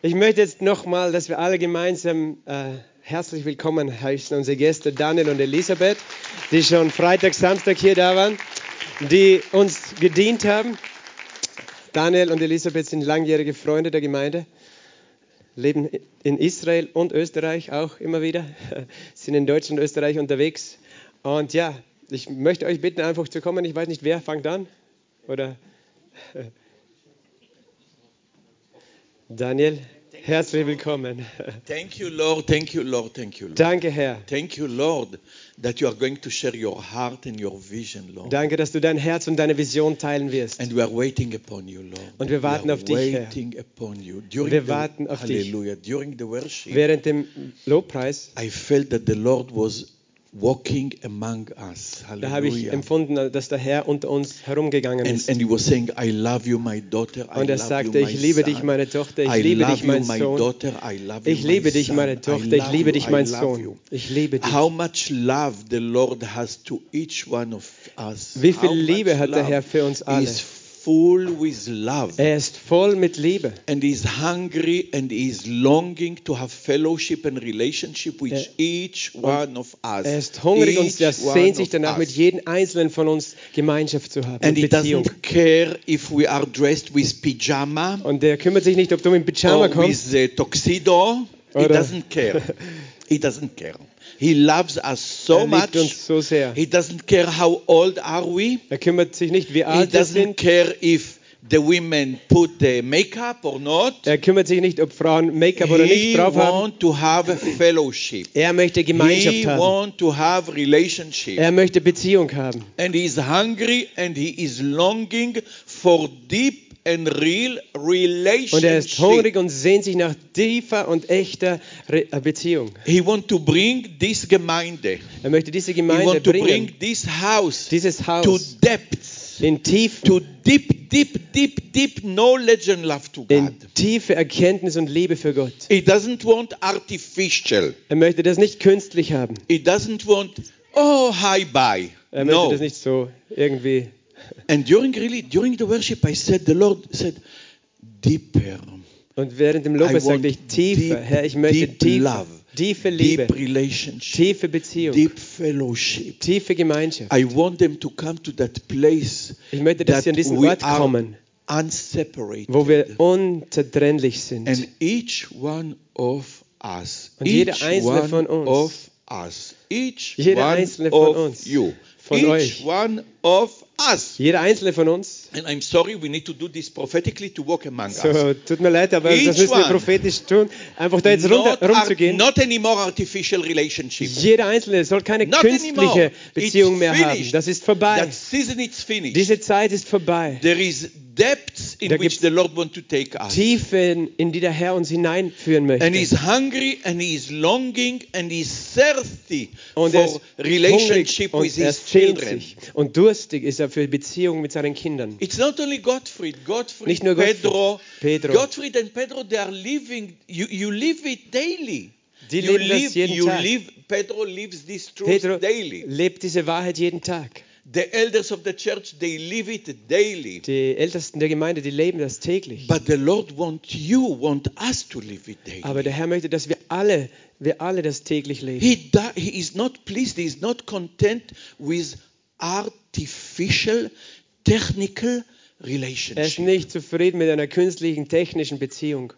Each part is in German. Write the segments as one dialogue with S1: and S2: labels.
S1: Ich möchte jetzt nochmal, dass wir alle gemeinsam äh, herzlich willkommen heißen, unsere Gäste Daniel und Elisabeth, die schon Freitag, Samstag hier da waren, die uns gedient haben. Daniel und Elisabeth sind langjährige Freunde der Gemeinde, leben in Israel und Österreich auch immer wieder, sind in Deutschland und Österreich unterwegs. Und ja, ich möchte euch bitten, einfach zu kommen. Ich weiß nicht, wer fängt an? Oder Daniel, herzlich willkommen.
S2: Thank you, Lord. Thank you, Lord. Thank you, Lord.
S1: Danke, Herr.
S2: Thank you, Lord, that you are going to share your heart and your vision, Lord.
S1: Danke, dass du dein Herz und deine Vision teilen wirst.
S2: And we are waiting upon you, Lord.
S1: Und wir warten
S2: we are
S1: auf dich, Herr.
S2: waiting upon you. During
S1: Wir
S2: the,
S1: warten auf dich.
S2: Hallelujah. During the worship,
S1: Während dem Lobpreis,
S2: I felt that the Lord was walking among us.
S1: da habe ich
S2: Hallelujah.
S1: empfunden, dass der Herr unter uns herumgegangen
S2: And,
S1: ist.
S2: and he was saying, I love you, my daughter. I
S1: Und er
S2: love
S1: sagte,
S2: you, my
S1: ich liebe
S2: son.
S1: dich, meine Tochter, ich
S2: I
S1: liebe
S2: love
S1: dich,
S2: you,
S1: mein
S2: my
S1: Sohn.
S2: Daughter. I love you,
S1: Ich
S2: my
S1: liebe dich,
S2: son.
S1: meine
S2: I
S1: Tochter, ich
S2: love
S1: liebe
S2: you,
S1: dich,
S2: I
S1: mein
S2: love you.
S1: Sohn. Ich liebe dich.
S2: How much love the Lord has to each one of us.
S1: Wie viel
S2: How much
S1: Liebe hat der
S2: love
S1: Herr für uns alle?
S2: Is full with love.
S1: Er ist voll mit Liebe.
S2: And is hungry and is longing to have fellowship and relationship with
S1: Er-
S2: each one of us.
S1: Er ist hungrig und
S2: Each
S1: er
S2: one
S1: sehnt sich
S2: of
S1: danach,
S2: us.
S1: mit jedem Einzelnen von uns Gemeinschaft zu haben. Und
S2: And he
S1: Beziehung.
S2: doesn't care if we are dressed with pyjama
S1: Und er kümmert sich nicht, ob du im Pyjama
S2: or
S1: kommst.
S2: with a tuxedo. He
S1: Oder-
S2: doesn't care. He doesn't care. He loves us so
S1: er
S2: much.
S1: liebt uns so sehr.
S2: He doesn't care how old are we.
S1: Er kümmert sich nicht, wie
S2: He
S1: alt wir
S2: Ah, doesn't
S1: sind.
S2: care if the women put the makeup or not.
S1: Er kümmert sich nicht, ob Frauen Make-up oder
S2: He
S1: nicht drauf haben.
S2: want to have a fellowship.
S1: Er möchte
S2: He
S1: Gemeinschaft haben.
S2: want to have relationship.
S1: Er möchte Beziehung haben.
S2: And he is hungry and he is longing for deep and real
S1: Und er ist
S2: relationship.
S1: hungrig und sehnt sich nach tiefer und echter Re äh, Beziehung.
S2: He want to bring this Gemeinde.
S1: Er möchte diese
S2: He
S1: Gemeinde
S2: want to bring
S1: bringen,
S2: this house
S1: dieses
S2: to
S1: Haus,
S2: depths,
S1: in, tief,
S2: to deep, deep, deep, deep knowledge and love to God.
S1: in tiefe Erkenntnis und Liebe für Gott.
S2: He doesn't want artificial.
S1: Er möchte das nicht künstlich haben.
S2: He doesn't want, oh, hi, bye.
S1: Er möchte
S2: No.
S1: das nicht so irgendwie.
S2: And during really during the worship, I said, the Lord said, um, deeper.
S1: Und während dem
S2: I
S1: Lobpreis
S2: want
S1: sagte ich, tiefer, Herr, ich möchte
S2: deep
S1: tiefe,
S2: love,
S1: tiefe Liebe,
S2: deep relationship,
S1: tiefe Beziehung,
S2: deep fellowship.
S1: tiefe Gemeinschaft.
S2: I want them to come to that place
S1: Ich möchte, dass
S2: that
S1: sie an diesen
S2: we
S1: Ort
S2: are
S1: kommen,
S2: unseparated.
S1: wo wir unzertrennlich sind.
S2: And each one of us,
S1: Und jeder
S2: each
S1: einzelne
S2: one
S1: von uns.
S2: of us, each
S1: Jeder
S2: one
S1: einzelne von
S2: of
S1: uns.
S2: you,
S1: Von
S2: each
S1: euch.
S2: one of us.
S1: Jeder einzelne von uns.
S2: And I'm sorry, we need to do this prophetically to walk among us.
S1: So, tut mir leid, aber
S2: Each
S1: das müssen wir
S2: one.
S1: prophetisch tun. Einfach da jetzt runter,
S2: not, ar-
S1: rumzugehen.
S2: not anymore artificial relationship.
S1: Jeder Einzelne soll keine
S2: Not anymore.
S1: künstliche
S2: It's
S1: Beziehung mehr haben.
S2: finished.
S1: Das ist vorbei.
S2: That season is finished.
S1: Diese Zeit ist vorbei.
S2: there is depths in
S1: Da
S2: which
S1: gibt's
S2: the Lord wants to take us.
S1: Tiefen, in die der Herr uns hineinführen
S2: And
S1: möchte.
S2: he's hungry and he's longing and he's thirsty
S1: Und er
S2: for
S1: ist
S2: relationship
S1: hungrig
S2: with
S1: und er
S2: his
S1: sehnt
S2: children.
S1: sich. Und durstig ist er für Beziehungen mit seinen Kindern.
S2: It's not only Gottfried, Gottfried,
S1: Nicht nur Gottfried,
S2: Pedro,
S1: Pedro.
S2: Gottfried and Pedro, they are living, you, you live it daily.
S1: Die
S2: you
S1: leben das
S2: live,
S1: jeden
S2: you
S1: Tag.
S2: live, Pedro lives this truth
S1: Pedro
S2: daily.
S1: lebt diese Wahrheit jeden Tag.
S2: The elders of the church, they live it daily.
S1: Die Ältesten der Gemeinde, die leben das täglich.
S2: But the Lord want you, want us to live it daily.
S1: Aber der Herr möchte, dass wir alle, wir alle das täglich leben.
S2: He, do- he is not pleased, he is not content with artificial, technical
S1: Er ist
S2: relationship.
S1: nicht zufrieden mit einer künstlichen, technischen Beziehung.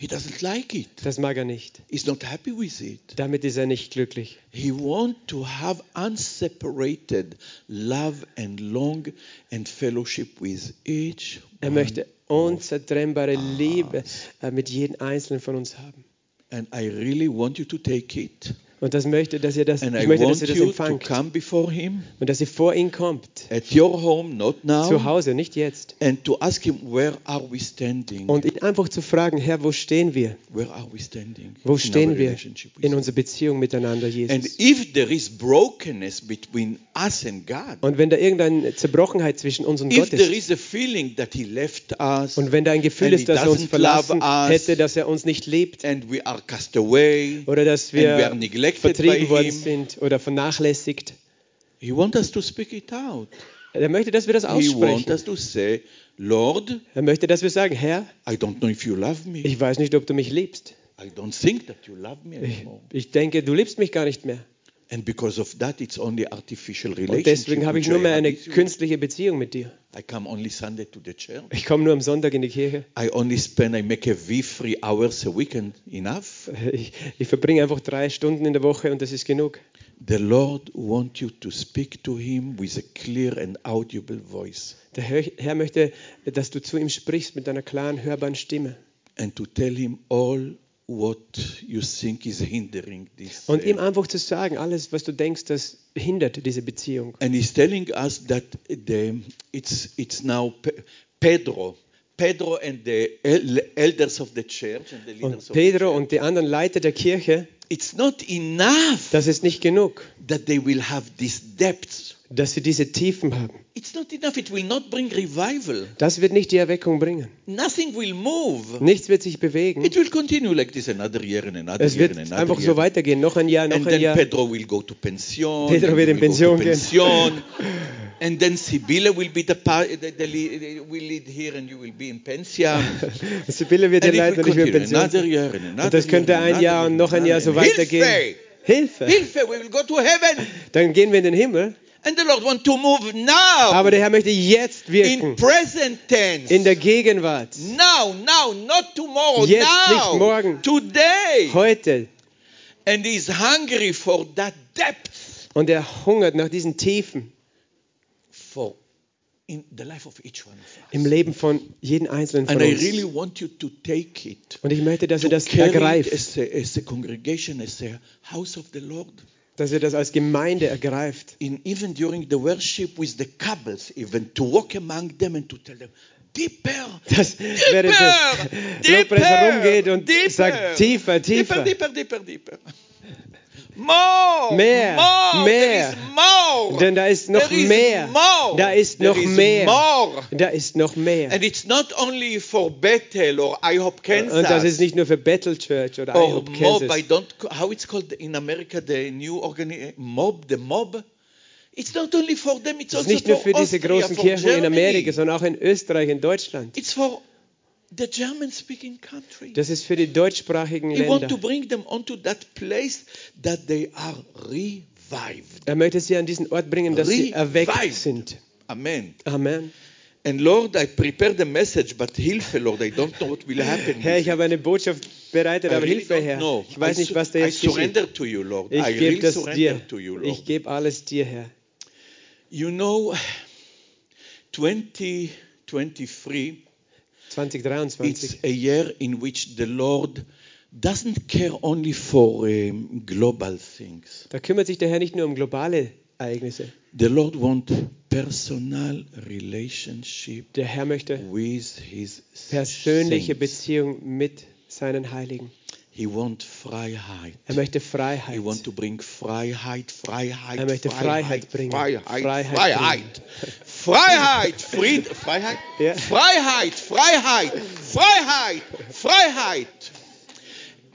S2: He doesn't like it.
S1: Das mag er nicht.
S2: He's not happy with it.
S1: Damit ist er nicht glücklich.
S2: He wants to have unseparated love and long and fellowship with each
S1: Er
S2: one.
S1: möchte unzertrennbare Liebe äh, mit jedem Einzelnen von uns haben.
S2: And I really want you to take it.
S1: Und das möchte, dass ihr das,
S2: And
S1: ich
S2: I
S1: möchte, dass
S2: want
S1: ihr das
S2: you to
S1: empfangt
S2: come before him
S1: und dass ihr vor ihn kommt,
S2: at your home, not
S1: zu
S2: now,
S1: Hause, nicht jetzt.
S2: and to ask him, where are we standing?
S1: Und ihn einfach zu fragen, Herr, wo stehen wir?
S2: Where are we standing?
S1: Wo
S2: in our
S1: stehen wir
S2: relationship with
S1: in
S2: you?
S1: unserer Beziehung miteinander,
S2: And
S1: Jesus?
S2: if there is brokenness between us and God,
S1: Und wenn da irgendeine Zerbrochenheit zwischen uns und
S2: if
S1: Gott
S2: there
S1: ist,
S2: is a feeling that He left us
S1: und wenn da ein Gefühl
S2: and he
S1: ist, dass er uns
S2: doesn't
S1: verlassen
S2: love us,
S1: hätte, dass er uns nicht liebt
S2: and we are cast away,
S1: oder dass
S2: and we are
S1: wir
S2: neglected by
S1: vertrieben worden
S2: Him,
S1: sind oder vernachlässigt,
S2: He wants us to speak it out.
S1: Er möchte, dass wir das
S2: He wants
S1: aussprechen.
S2: us to say, Lord,
S1: Er möchte, dass wir sagen, Herr,
S2: I don't know if you love me.
S1: ich weiß nicht, ob du mich liebst.
S2: I don't think that you love me anymore.
S1: Ich denke, du liebst mich gar nicht mehr.
S2: And because of that, it's only artificial
S1: Und
S2: relationship.
S1: deswegen habe ich
S2: which
S1: nur mehr
S2: have
S1: eine
S2: with you.
S1: künstliche Beziehung mit dir.
S2: I come only Sunday to the church.
S1: Ich komme nur am Sonntag in die Kirche.
S2: I only spend, I make a V three hours a weekend enough.
S1: Ich, ich verbringe einfach drei Stunden in der Woche und das ist genug.
S2: The Lord wants you to speak to Him with a clear and audible voice
S1: Der Herr Herr möchte, dass du zu ihm sprichst mit deiner klaren, hörbaren Stimme.
S2: and to tell Him all what you think is hindering this.
S1: Und
S2: uh,
S1: ihm einfach zu sagen, alles, was du denkst, das hindert diese Beziehung.
S2: and He's telling us that the, it's, it's now Pe- Pedro. Pedro and the el- elders of the church and
S1: Und
S2: the leaders of the
S1: Pedro und die anderen Leiter der Kirche,
S2: It's not enough
S1: das ist nicht genug,
S2: that they will have these depths.
S1: dass sie diese Tiefen haben.
S2: It's not enough. It will not bring revival.
S1: Das wird nicht die Erweckung bringen.
S2: Nothing will move.
S1: Nichts wird sich bewegen.
S2: It will continue like this another year and another
S1: Es
S2: year
S1: wird
S2: and another
S1: einfach
S2: year.
S1: so weitergehen. Noch ein Jahr, noch
S2: and
S1: ein
S2: then
S1: Jahr.
S2: Pedro will go to pension.
S1: Pedro
S2: and
S1: wird
S2: he
S1: in
S2: will go to
S1: Pension
S2: pension. and then Sibylle will be the, pa- the, the, lead, will lead here and you will be in pension.
S1: Sibylle wird
S2: and
S1: ihr
S2: it
S1: leiten
S2: will
S1: und ich will
S2: continue another
S1: Pension.
S2: year and another
S1: Und das
S2: year
S1: könnte
S2: and
S1: ein
S2: another
S1: Jahr und
S2: year
S1: noch ein
S2: and
S1: Jahr so
S2: another year.
S1: weitergehen. Hilfe!
S2: Hilfe! Hilfe! We will go to heaven.
S1: Dann gehen wir in den Himmel.
S2: And the Lord wants to move now.
S1: Aber der Herr möchte jetzt
S2: in
S1: wirken.
S2: present tense.
S1: In der Gegenwart.
S2: now, now, not tomorrow.
S1: Jetzt,
S2: now,
S1: nicht morgen.
S2: today.
S1: Heute.
S2: And he's hungry for that depth
S1: Und er hungert nach diesen Tiefen
S2: for in the life of each one of us.
S1: im Leben von jedem Einzelnen von
S2: And I
S1: uns.
S2: really want you to take it.
S1: Und ich möchte, dass ihr
S2: to
S1: das
S2: carry it
S1: ergreift.
S2: as a, as a congregation, as a house of the Lord,
S1: Dass ihr das als Gemeinde ergreift.
S2: in even during the worship with the couples, even to walk among them and to tell them, deeper,
S1: Dass während der
S2: deeper,
S1: Lobpreis herumgeht und
S2: deeper,
S1: sagt, tiefer, tiefer.
S2: deeper, deeper, deeper, deeper. More,
S1: Mehr,
S2: more,
S1: mehr.
S2: There is more.
S1: Denn da ist noch
S2: there is
S1: mehr.
S2: More.
S1: Da ist
S2: there
S1: noch mehr.
S2: More.
S1: Da ist noch mehr.
S2: And it's not only for Bethel or I hope Kansas.
S1: Und das ist nicht nur für Battle Church oder I
S2: or
S1: Hope
S2: mob. I
S1: Kansas.
S2: don't co- how it's called in America the new organi- eh, mob, the mob. It's not only for them. It's
S1: Das ist
S2: also
S1: nicht nur
S2: for
S1: für diese
S2: Austria,
S1: großen
S2: for
S1: Kirchen in
S2: Germany.
S1: Amerika, sondern auch in Österreich, in Deutschland.
S2: It's for the German-speaking country.
S1: Das ist für die deutschsprachigen
S2: He wants to
S1: Länder.
S2: bring them onto that place that they are revived.
S1: Er möchte sie an diesen Ort bringen, dass sie erweckt
S2: Revived.
S1: sind.
S2: Amen.
S1: Amen.
S2: And Lord, I prepared the message, but Hilfe, Lord, I don't know what will happen.
S1: Herr, ich habe eine Botschaft bereitet,
S2: I
S1: aber
S2: really
S1: Hilfe,
S2: don't
S1: Herr.
S2: know.
S1: Ich weiß
S2: I
S1: nicht,
S2: su-
S1: was da
S2: I
S1: jetzt geschieht.
S2: surrender to you, Lord. I
S1: Ich gebe
S2: really
S1: das
S2: surrender
S1: dir.
S2: to you, Lord.
S1: Ich gebe alles dir, Herr.
S2: You know, 2023, it's
S1: 2023
S2: a year in which the Lord doesn't care only for um, global things.
S1: Da kümmert sich der Herr nicht nur um globale Ereignisse.
S2: The Lord wants personal relationship
S1: Der Herr möchte
S2: with His
S1: persönliche
S2: saints.
S1: Beziehung mit seinen Heiligen.
S2: He wants Freiheit.
S1: Er möchte
S2: He
S1: Freiheit.
S2: wants to bring Freiheit, Freiheit,
S1: Er möchte Freiheit bringen.
S2: Freiheit,
S1: Freiheit
S2: Freiheit, Freiheit, Fried, Freiheit,
S1: Ja.
S2: Freiheit, Freiheit, Freiheit, Freiheit.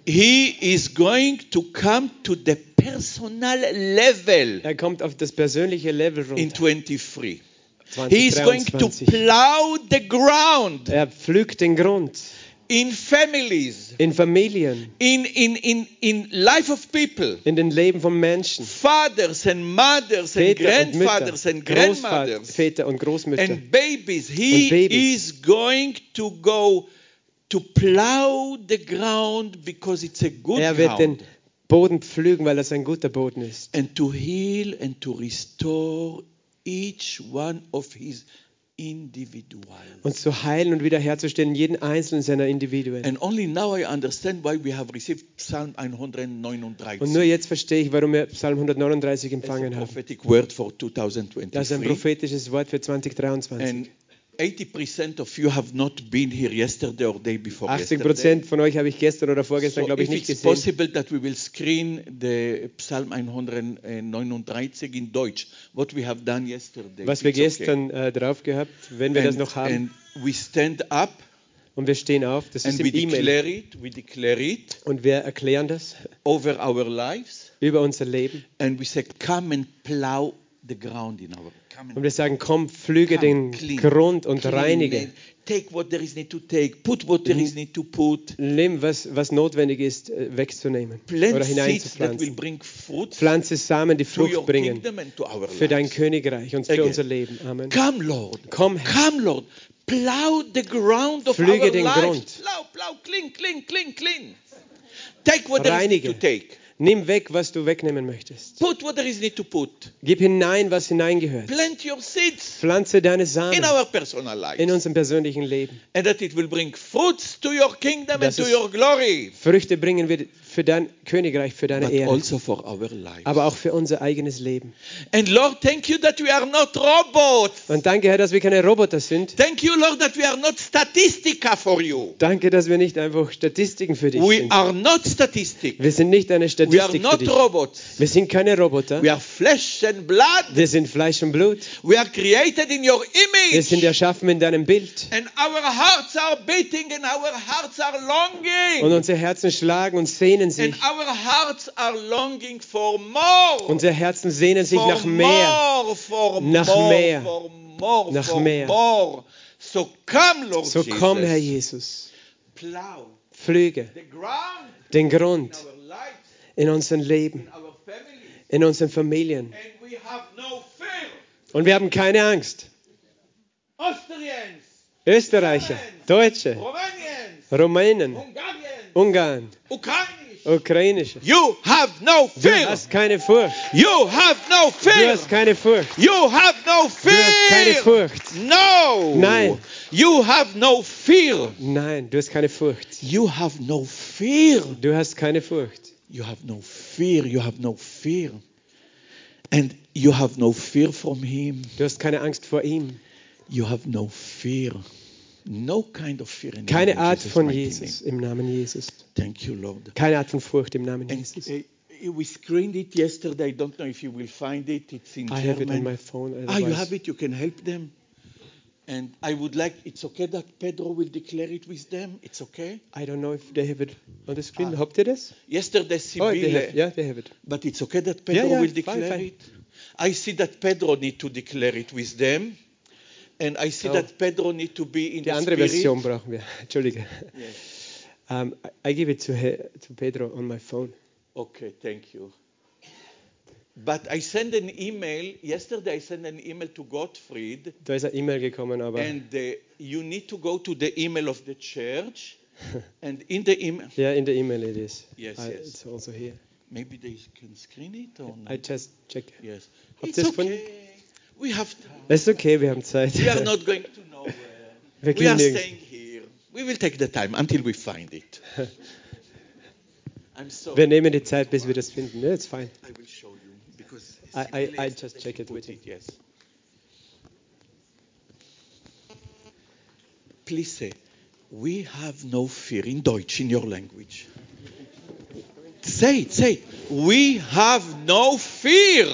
S2: He is going to come to the personal level
S1: Er kommt auf das persönliche Level
S2: in
S1: runter.
S2: 23. He is going to
S1: 2023.
S2: plow the ground
S1: Er pflügt den Grund
S2: in families,
S1: in Familien,
S2: in in in in life of people.
S1: in den Leben von Menschen,
S2: Fathers and mothers and
S1: Väter und Mütter,
S2: grandfathers and
S1: Großvater,
S2: grandmothers.
S1: Väter und Großmütter.
S2: and babies. He
S1: And babies.
S2: is going to go to plow the ground because it's a good
S1: Er wird den
S2: ground.
S1: Boden pflügen, weil das ein guter Boden ist.
S2: And to heal and to restore each one of his individuals.
S1: Und zu heilen und wiederherzustellen, jeden einzelnen seiner Individuen.
S2: And only now I understand why we have received Psalm 139.
S1: Und nur jetzt verstehe ich, warum wir Psalm 139
S2: as a
S1: empfangen haben.
S2: prophetic word for
S1: Das ist ein
S2: 2023.
S1: prophetisches Wort für 2023.
S2: And 80% of you have not been here yesterday or day before
S1: 80
S2: yesterday.
S1: Prozent von euch habe ich gestern oder vorgestern,
S2: So
S1: glaube ich,
S2: if
S1: nicht
S2: it's
S1: gesehen.
S2: possible that we will screen the Psalm 139 in Deutsch, what we have done yesterday.
S1: Was wir
S2: It's okay.
S1: gestern äh, drauf gehabt, wenn wir das
S2: And-
S1: noch haben.
S2: And we stand up
S1: Und wir stehen auf, das
S2: and
S1: ist
S2: we
S1: im E-Mail.
S2: declare it, we declare it
S1: Und wir erklären das
S2: over our lives
S1: über unser Leben.
S2: and we say, come and plow the ground in our come and
S1: Und wir sagen, komm, pflüge den
S2: clean,
S1: Grund und
S2: clean
S1: reinige.
S2: it. Take what there is need to take. Put what there is need to put.
S1: Nimm, was, was notwendig ist, äh, wegzunehmen oder
S2: Plant seeds that will
S1: hineinzupflanzen.
S2: bring fruit
S1: Pflanze Samen, die
S2: to your
S1: Frucht bringen
S2: kingdom and to our
S1: für dein
S2: lives.
S1: Königreich und für
S2: Again.
S1: unser Leben. Amen.
S2: Come, Lord.
S1: Komm, Herr.
S2: Come, Lord. Plow the ground of
S1: Pflüge
S2: our
S1: den
S2: lives.
S1: Grund.
S2: Plow, plow, clean, clean, clean, clean. Take what there is need to
S1: Reinige.
S2: take.
S1: Nimm weg, was du wegnehmen möchtest.
S2: Put what there is need to put.
S1: Gib hinein, was hineingehört.
S2: Plant your seeds
S1: Pflanze deine Samen
S2: in our personal lives.
S1: in unserem persönlichen Leben.
S2: and that it will bring fruits to your kingdom and
S1: Das
S2: to
S1: ist-
S2: your glory.
S1: Früchte bringen wir für dein Königreich, für deine
S2: But
S1: Ehre,
S2: also for our lives.
S1: aber auch für unser eigenes Leben.
S2: And Lord, thank you that we are not robots.
S1: Und danke, Herr, dass wir keine Roboter sind.
S2: Thank you, Lord, that we are not statistica for you.
S1: Danke, dass wir nicht einfach Statistiken für dich
S2: We
S1: sind.
S2: are not statistic.
S1: Wir sind nicht eine
S2: We are
S1: Statistik für
S2: not
S1: dich.
S2: robots.
S1: Wir sind keine Roboter.
S2: We are flesh and blood.
S1: Wir sind Fleisch und Blut.
S2: We are created in your
S1: Wir
S2: image.
S1: sind erschaffen in deinem Bild.
S2: And our hearts are beating and our hearts are
S1: Und
S2: longing.
S1: unsere Herzen schlagen und sehnen
S2: And
S1: sich.
S2: our hearts are longing for more.
S1: Unsere Herzen sehnen sich
S2: for
S1: nach mehr.
S2: More, for
S1: Nach
S2: more,
S1: mehr.
S2: For more,
S1: Nach
S2: for
S1: mehr.
S2: More. So come, Lord
S1: So
S2: Jesus.
S1: komm, Herr Jesus.
S2: Plow
S1: Pflüge
S2: the ground
S1: den
S2: in
S1: Grund
S2: our lives,
S1: in unseren Leben,
S2: in our families,
S1: in unseren Familien.
S2: and we have no fear.
S1: Und wir haben keine Angst.
S2: Austrians,
S1: Österreicher, Deutsche,
S2: Romanians,
S1: Rumänen,
S2: Hungarians,
S1: Ungarn,
S2: Ukrainians.
S1: Ukrainische.
S2: You have no
S1: Du
S2: fear.
S1: hast keine Furcht.
S2: You have no
S1: Du
S2: fear.
S1: hast keine Furcht.
S2: You have no
S1: Du hast keine
S2: fear.
S1: Furcht.
S2: No.
S1: Nein.
S2: You have no fear.
S1: Nein, du hast keine Furcht.
S2: You have no fear.
S1: Du hast keine Furcht.
S2: You have no fear. You have no fear. And you have no fear from him.
S1: Du hast keine Angst vor ihm.
S2: You have no fear. No kind of fear. In the
S1: Keine
S2: name of
S1: Art von
S2: mighty
S1: Jesus im Namen Jesus.
S2: name. Thank you, Lord.
S1: Keine Art von Furcht im Namen
S2: And
S1: Jesus.
S2: uh, we screened it yesterday. I don't know if you will find it. It's in
S1: I have it on
S2: German.
S1: my phone.
S2: ah, you
S1: otherwise-
S2: have it. You can help them. And I would like, it's okay that Pedro will declare it with them. It's okay.
S1: I don't know if they have it on the screen.
S2: Ah.
S1: Habt ihr das?
S2: Yesterday,
S1: Oh,
S2: Sibylle.
S1: they have, yeah, they have it.
S2: But it's okay that Pedro
S1: yeah,
S2: will
S1: fine,
S2: declare
S1: fine.
S2: it. I see that Pedro need to declare it with them, and I see
S1: Oh.
S2: that Pedro need to be in
S1: Die
S2: the
S1: andere
S2: spirit.
S1: Version brauchen wir. Entschuldige.
S2: Yes.
S1: Um, I, I give it to, he- to Pedro on my phone.
S2: Okay, thank you. But I sent an email yesterday. I sent an email to Gottfried,
S1: Da ist eine E-Mail gekommen, aber
S2: and uh, you need to go to the email of the church, and in the email,
S1: ja, in der E-Mail it is.
S2: Yes,
S1: I,
S2: yes.
S1: It's also here.
S2: maybe they can screen it or
S1: I
S2: not?
S1: just check.
S2: Yes,
S1: Habt
S2: it's
S1: ihr's gefunden?
S2: okay. We have time.
S1: Es ist okay, wir haben Zeit.
S2: We are not going to nowhere.
S1: Wir
S2: We are
S1: gehen nirgends.
S2: staying here. We will take the time until we find it. I'm sorry.
S1: Wir nehmen die Zeit, bis wir das finden. Ja, it's fine.
S2: I will show you because
S1: I- I-
S2: Sibylle
S1: I
S2: is-
S1: just
S2: they
S1: check it
S2: put
S1: with you.
S2: Yes. Please say, we have no fear in Deutsch in your language. Say it, say it. We have no fear.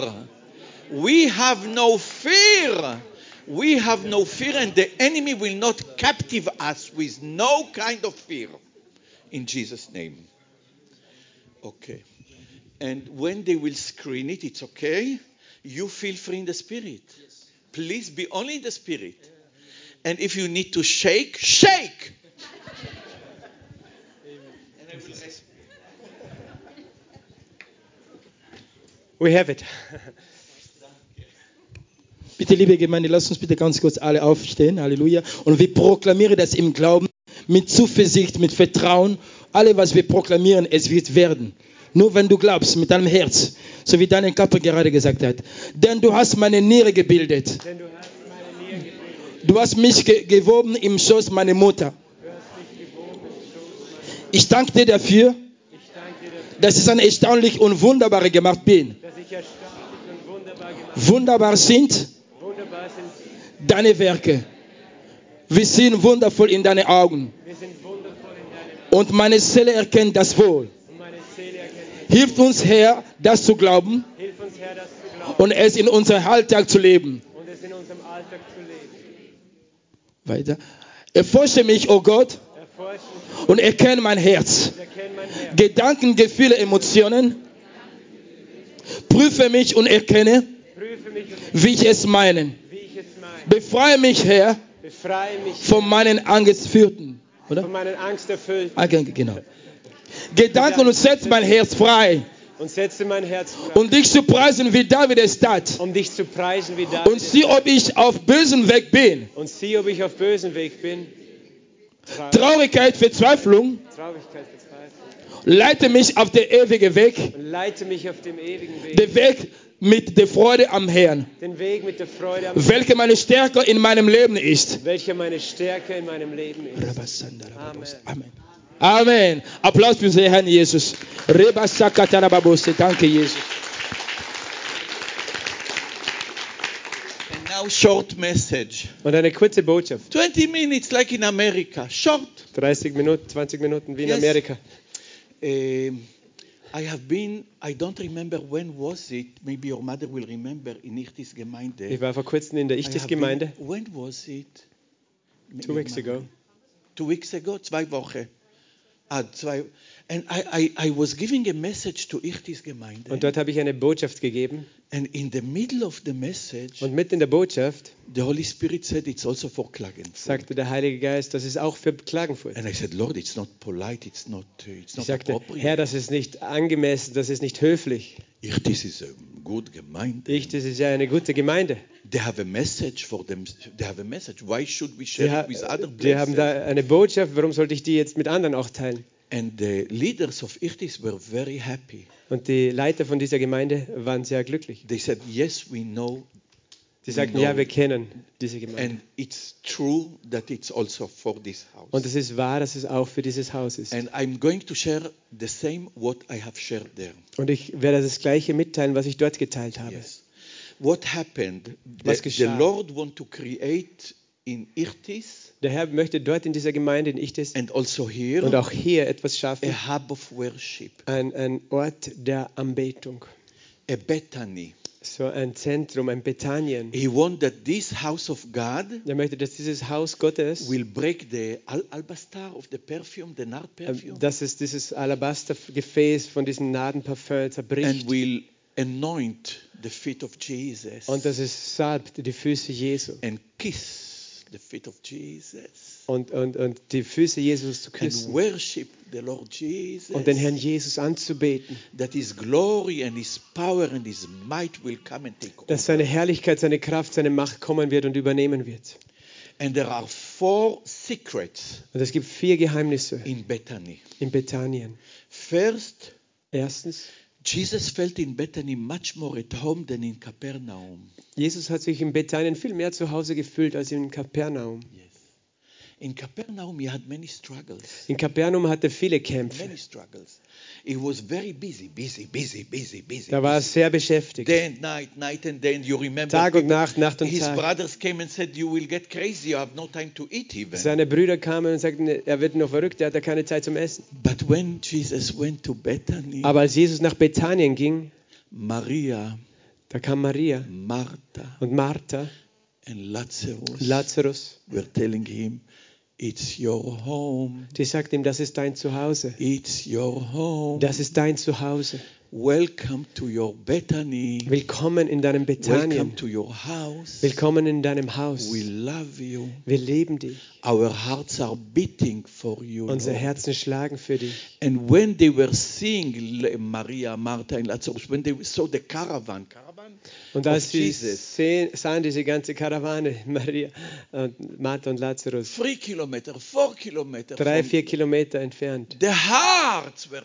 S2: We have no fear. We have no fear, and the enemy will not captive us with no kind of fear. In Jesus' name. Okay. And when they will screen it, it's okay. You feel free in the spirit. Please be only in the spirit. And if you need to shake, shake. And I will rest.
S1: We have it.
S3: Bitte, liebe Gemeinde, lasst uns bitte ganz kurz alle aufstehen. Halleluja. Und wir proklamieren das im Glauben, mit Zuversicht, mit Vertrauen. Alle, was wir proklamieren, es wird werden. Nur wenn du glaubst, mit deinem Herz, so wie deine Kappe gerade gesagt hat. Denn du hast meine Niere gebildet. Du hast mich ge gewoben im Schoß meiner Mutter. Ich danke dir dafür, dass ich ein erstaunlich und wunderbarer gemacht bin. Wunderbar sind
S1: Wunderbar sind
S3: deine Werke. Wir sind wundervoll in deinen Augen.
S1: wir sind wundervoll in deinem
S3: Und meine Seele erkennt das wohl.
S1: und meine Seele erkennt.
S3: Hilf uns, Herr, das zu glauben
S1: Hilf uns, Herr, das zu glauben
S3: und es in unserem Alltag zu leben.
S1: und es in unserem Alltag zu leben.
S3: Weiter. Erforsche mich, o Gott,
S1: Erforsche mich
S3: und erkenne mein Herz.
S1: und erkenne mein Herz.
S3: Gedanken, Gefühle, Emotionen. Prüfe mich und erkenne,
S1: Prüfe für mich und
S3: wie ich es meine.
S1: wie ich es meine.
S3: Befreie mich, Herr,
S1: Befreie mich
S3: von meinen Angstführten. Oder?
S1: von meinen Angst erfüllt
S3: Ah, ge- genau. Gedanken und setz mein Herz frei,
S1: und setze mein Herz frei,
S3: um dich zu preisen, wie David es tat.
S1: um dich zu preisen wie
S3: Und
S1: David.
S3: sieh, ob ich auf bösen Weg bin.
S1: Und sieh, ob ich auf bösen Weg bin.
S3: Traurigkeit, Verzweiflung,
S1: Traurigkeit verzweifelt.
S3: leite mich auf den ewigen Weg.
S1: Und leite mich auf dem ewigen Weg.
S3: Den Weg mit der Freude am Herrn,
S1: Den Weg mit der Freude, am-
S3: welche meine Stärke in meinem Leben ist.
S1: welche meine Stärke in meinem Leben ist.
S3: Amen. Amen. Applaus für unseren Herrn Jesus. Rebasakatarababose. Danke, Jesus.
S2: And now, short message.
S1: Und eine kurze Botschaft.
S2: 20 minutes, like in America. Short.
S1: 30 Minuten, 20 Minuten wie in
S2: Yes.
S1: Amerika.
S2: Um, I have been, I don't remember when was it, maybe your mother will remember, in Ichtis Gemeinde.
S1: Ich war vor kurzem in der
S2: I have
S1: Ichtis-Gemeinde.
S2: been- When was it?
S1: Two weeks ago.
S2: Two weeks ago? Zwei Wochen. Ah, zwei. And I, I, I was giving a message to Ichtis Gemeinde.
S1: Und dort habe ich eine Botschaft gegeben.
S2: and in the middle of the message,
S1: Und mitten in der Botschaft
S2: the Holy Spirit said it's also for Klagenfurt.
S1: sagte der Heilige Geist, das ist auch für Klagenfurt.
S2: And I said, Lord, it's not polite, it's not, uh, it's
S1: Ich
S2: not
S1: sagte,
S2: appropriate.
S1: Herr, das ist nicht angemessen, das ist nicht höflich.
S2: Ichtis is a good Gemeinde.
S1: Ich, das ist ja eine gute Gemeinde.
S2: They have a message for them. They have a message. Why should we share
S1: Die, ha
S2: it with other
S1: die haben
S2: places?
S1: da eine Botschaft, warum sollte ich die jetzt mit anderen auch teilen?
S2: And the leaders of Ichtis were very happy.
S1: Und die Leiter von dieser Gemeinde waren sehr glücklich.
S2: They said, yes, we know
S1: Sie sagten,
S2: Genau.
S1: ja, wir kennen diese Gemeinde.
S2: And it's true that it's also for this
S1: Und
S2: house.
S1: es ist wahr, dass es auch für dieses Haus ist.
S2: And I'm going to share the same what I have shared there.
S1: Und ich werde das Gleiche mitteilen, was ich dort geteilt habe.
S2: Yes. What happened? The,
S1: Was geschah?
S2: the Lord want to create in Irtis
S1: Der Herr möchte dort in dieser Gemeinde, in Ichtis,
S2: and also here
S1: und auch hier etwas
S2: a
S1: schaffen.
S2: hub of worship,
S1: Ein, ein Ort der Anbetung.
S2: a Bethany.
S1: So ein Zentrum, ein Bethanien.
S2: He want that this house of God
S1: Er möchte, dass dieses Haus Gottes,
S2: will break the al- albastar of the perfume, the nard perfume,
S1: ähm, dass es dieses Alabastergefäß von diesem Nadenparfüm
S2: and
S1: zerbricht.
S2: will anoint the feet of Jesus
S1: Und dass es salbt die Füße Jesu.
S2: and kiss the feet of Jesus.
S1: Und, und, und die Füße Jesus zu
S2: and
S1: küssen.
S2: worship the Lord Jesus.
S1: Und den Herrn Jesus anzubeten.
S2: That His glory and His power and His might will come and take over.
S1: Dass seine Herrlichkeit, seine Kraft, seine Macht kommen wird und übernehmen wird.
S2: And there are four secrets
S1: Und es gibt vier Geheimnisse
S2: in Bethany.
S1: in Bethanien.
S2: First,
S1: Erstens,
S2: Jesus felt in Bethany much more at home than in Capernaum.
S1: Jesus hat sich in Bethanien viel mehr zu Hause gefühlt als in Kapernaum.
S2: Yes. In Capernaum, he had many struggles.
S1: In Kapernaum hatte er viele Kämpfe.
S2: Many struggles. He was very busy, busy, busy, busy, busy.
S1: Da war er sehr beschäftigt.
S2: Day and night, night and day. And you remember
S1: Tag und Nacht, Nacht und
S2: His
S1: Tag.
S2: brothers came and said, You will get crazy, you have no time to eat even.
S1: Seine Brüder kamen und sagten, er wird noch verrückt, er hat ja keine Zeit zum Essen.
S2: But when Jesus went to Bethany,
S1: Aber als Jesus nach Bethanien ging,
S2: Maria,
S1: da kam Maria
S2: Martha,
S1: und Martha,
S2: and Lazarus
S1: Lazarus,
S2: were telling him, It's your home,
S1: die sagte ihm, das ist dein Zuhause.
S2: it's your home.
S1: Das ist dein Zuhause.
S2: Welcome to your Bethany,
S1: Willkommen in deinem
S2: welcome
S1: Bethanien.
S2: to your house.
S1: Willkommen in deinem Haus.
S2: We love you.
S1: Wir lieben dich.
S2: Our hearts are beating for you.
S1: Unsere
S2: Lord."
S1: Herzen schlagen für dich.
S2: And when they were seeing Le- Maria, Martha, and Lazarus, when they saw the caravan, caravan
S1: Und
S2: of
S1: als sie
S2: Jesus,
S1: sehen, sahen diese ganze Karawane, Maria und Martha und Lazarus,
S2: three kilometer, four kilometer,
S1: drei,
S2: from-
S1: vier Kilometer entfernt,
S2: the hearts were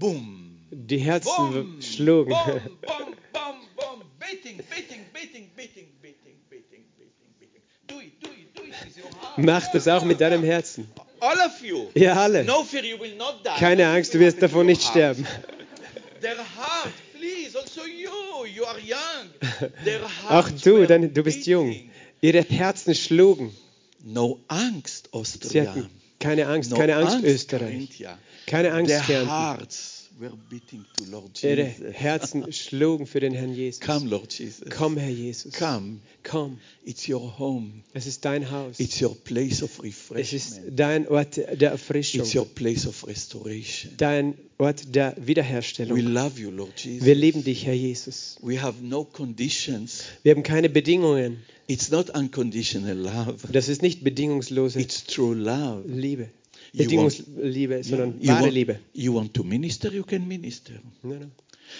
S2: boom,
S1: die Herzen
S2: boom,
S1: schlugen.
S2: boom, boom, boom, boom, beating, beating, beating, beating, beating, beating, beating, beating. Do it, do it, do it with your heart.
S1: Mach das auch mit deinem Herzen.
S2: All of you.
S1: Ihr alle.
S2: No fear, you will not die.
S1: Keine
S2: Nothing
S1: Angst, du
S2: will
S1: wirst
S2: happen to
S1: davon nicht
S2: your heart.
S1: sterben.
S2: Their heart, please, also you, you are young. Their
S1: Auch
S2: hearts
S1: du,
S2: were
S1: denn du bist jung.
S2: beating.
S1: Ihre Herzen schlugen.
S2: No Angst,
S1: Sie
S2: Austria.
S1: hatten keine Angst,
S2: No
S1: keine Angst,
S2: Angst,
S1: Österreich.
S2: Carinthia.
S1: Keine Angst,
S2: Their
S1: Kärnten.
S2: hearts were beating to Lord
S1: Ihre
S2: Jesus.
S1: Herzen schlugen für den Herrn Jesus.
S2: Come, Lord Jesus.
S1: Komm, Herr Jesus.
S2: Come.
S1: Komm.
S2: It's your home.
S1: Es ist dein Haus.
S2: It's your place of
S1: Es ist
S2: refreshment.
S1: dein Ort der Erfrischung.
S2: It's your place of restoration.
S1: Dein Ort der
S2: We
S1: Wiederherstellung.
S2: love you, Lord Jesus.
S1: Wir lieben dich, Herr Jesus.
S2: We have no conditions.
S1: Wir haben keine Bedingungen.
S2: It's not unconditional love.
S1: Das ist nicht bedingungslose
S2: It's true love.
S1: Liebe.
S2: You want-
S1: Bedingungsliebe, sondern
S2: You
S1: wahre
S2: want-
S1: Liebe.
S2: you want to minister, you can minister.
S1: Nein, nein.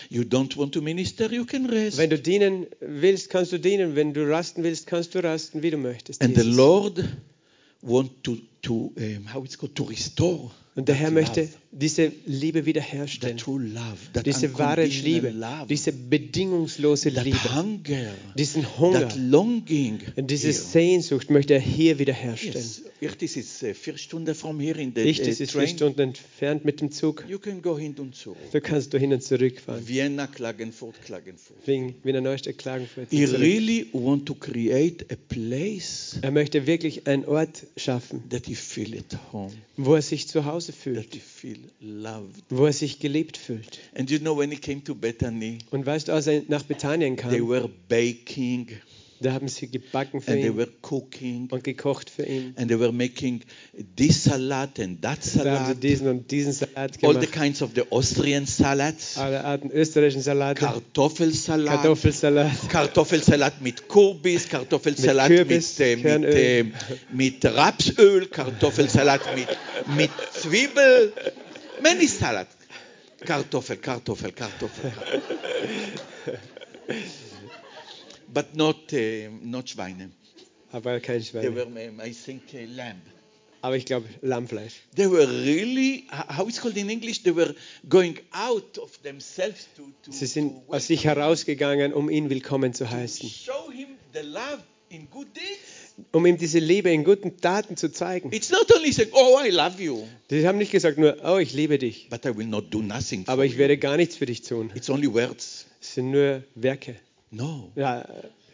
S2: You don't want to minister, you can rest.
S1: Wenn du dienen willst, kannst du dienen. Wenn du rasten willst, kannst du rasten, wie du möchtest.
S2: And the
S1: Jesus.
S2: Lord want to, to um, how it's called, to restore
S1: Und der Herr
S2: that
S1: möchte
S2: love,
S1: diese Liebe
S2: that
S1: wiederherstellen.
S2: true love, that
S1: Diese wahre
S2: unconditional
S1: Liebe,
S2: love,
S1: diese bedingungslose
S2: that
S1: Liebe,
S2: hunger,
S1: diesen Hunger,
S2: that longing.
S1: diese
S2: here.
S1: Sehnsucht möchte er hier wiederherstellen.
S2: Yes. Irtis is uh, vier Stunden from here in the
S1: Ich,
S2: uh,
S1: das ist vier
S2: train.
S1: Stunden entfernt mit dem Zug.
S2: You can go hin und zurück.
S1: Du kannst du hin und zurück fahren.
S2: Vienna, Klagenfurt, Klagenfurt.
S1: Wegen Wiener Neustadt Klagenfurt.
S2: He
S1: zurück.
S2: really want to create a place
S1: Er möchte wirklich einen Ort schaffen,
S2: that he feel at home,
S1: wo er sich zu Hause
S2: that
S1: fühlt,
S2: he feel loved.
S1: wo er sich geliebt fühlt.
S2: And you know when he came to Bethany,
S1: Und weißt du, als er nach Bethanien
S2: they
S1: kam,
S2: were baking
S1: da haben sie gebacken für
S2: and they were
S1: ihn
S2: cooking
S1: und gekocht für ihn.
S2: and they were making this salad and
S1: Da
S2: that
S1: haben sie
S2: salad,
S1: diesen und diesen Salat
S2: all the
S1: gemacht.
S2: kinds of the Austrian salads,
S1: Alle Arten österreichischen Salate,
S2: Kartoffelsalat,
S1: Kartoffelsalat.
S2: Kartoffelsalat mit Kürbis, Kartoffelsalat mit,
S1: Kürbis,
S2: äh, mit,
S1: Kernöl.
S2: äh, mit Rapsöl, Kartoffelsalat mit, mit Zwiebel, many Salat. Kartoffel, Kartoffel, Kartoffel. But not, äh, not Schweine.
S1: Aber kein
S2: They
S1: Schwein.
S2: were, ähm, I think, äh, lamb.
S1: Aber ich glaube Lammfleisch.
S2: They were really, how it's called in English, they were going out of themselves to, to,
S1: Sie
S2: to
S1: sind
S2: welcome
S1: aus sich herausgegangen, um ihn willkommen zu heißen,
S2: Show him the love in good deeds.
S1: um ihm diese Liebe in guten Taten zu zeigen.
S2: It's not only saying, "Oh, I love you,"
S1: Die haben nicht gesagt nur, oh, ich liebe dich,
S2: but I will not do nothing.
S1: aber
S2: for
S1: ich
S2: you."
S1: werde gar nichts für dich tun.
S2: It's only words.
S1: Es sind nur Werke.
S2: No.
S1: Ja, äh,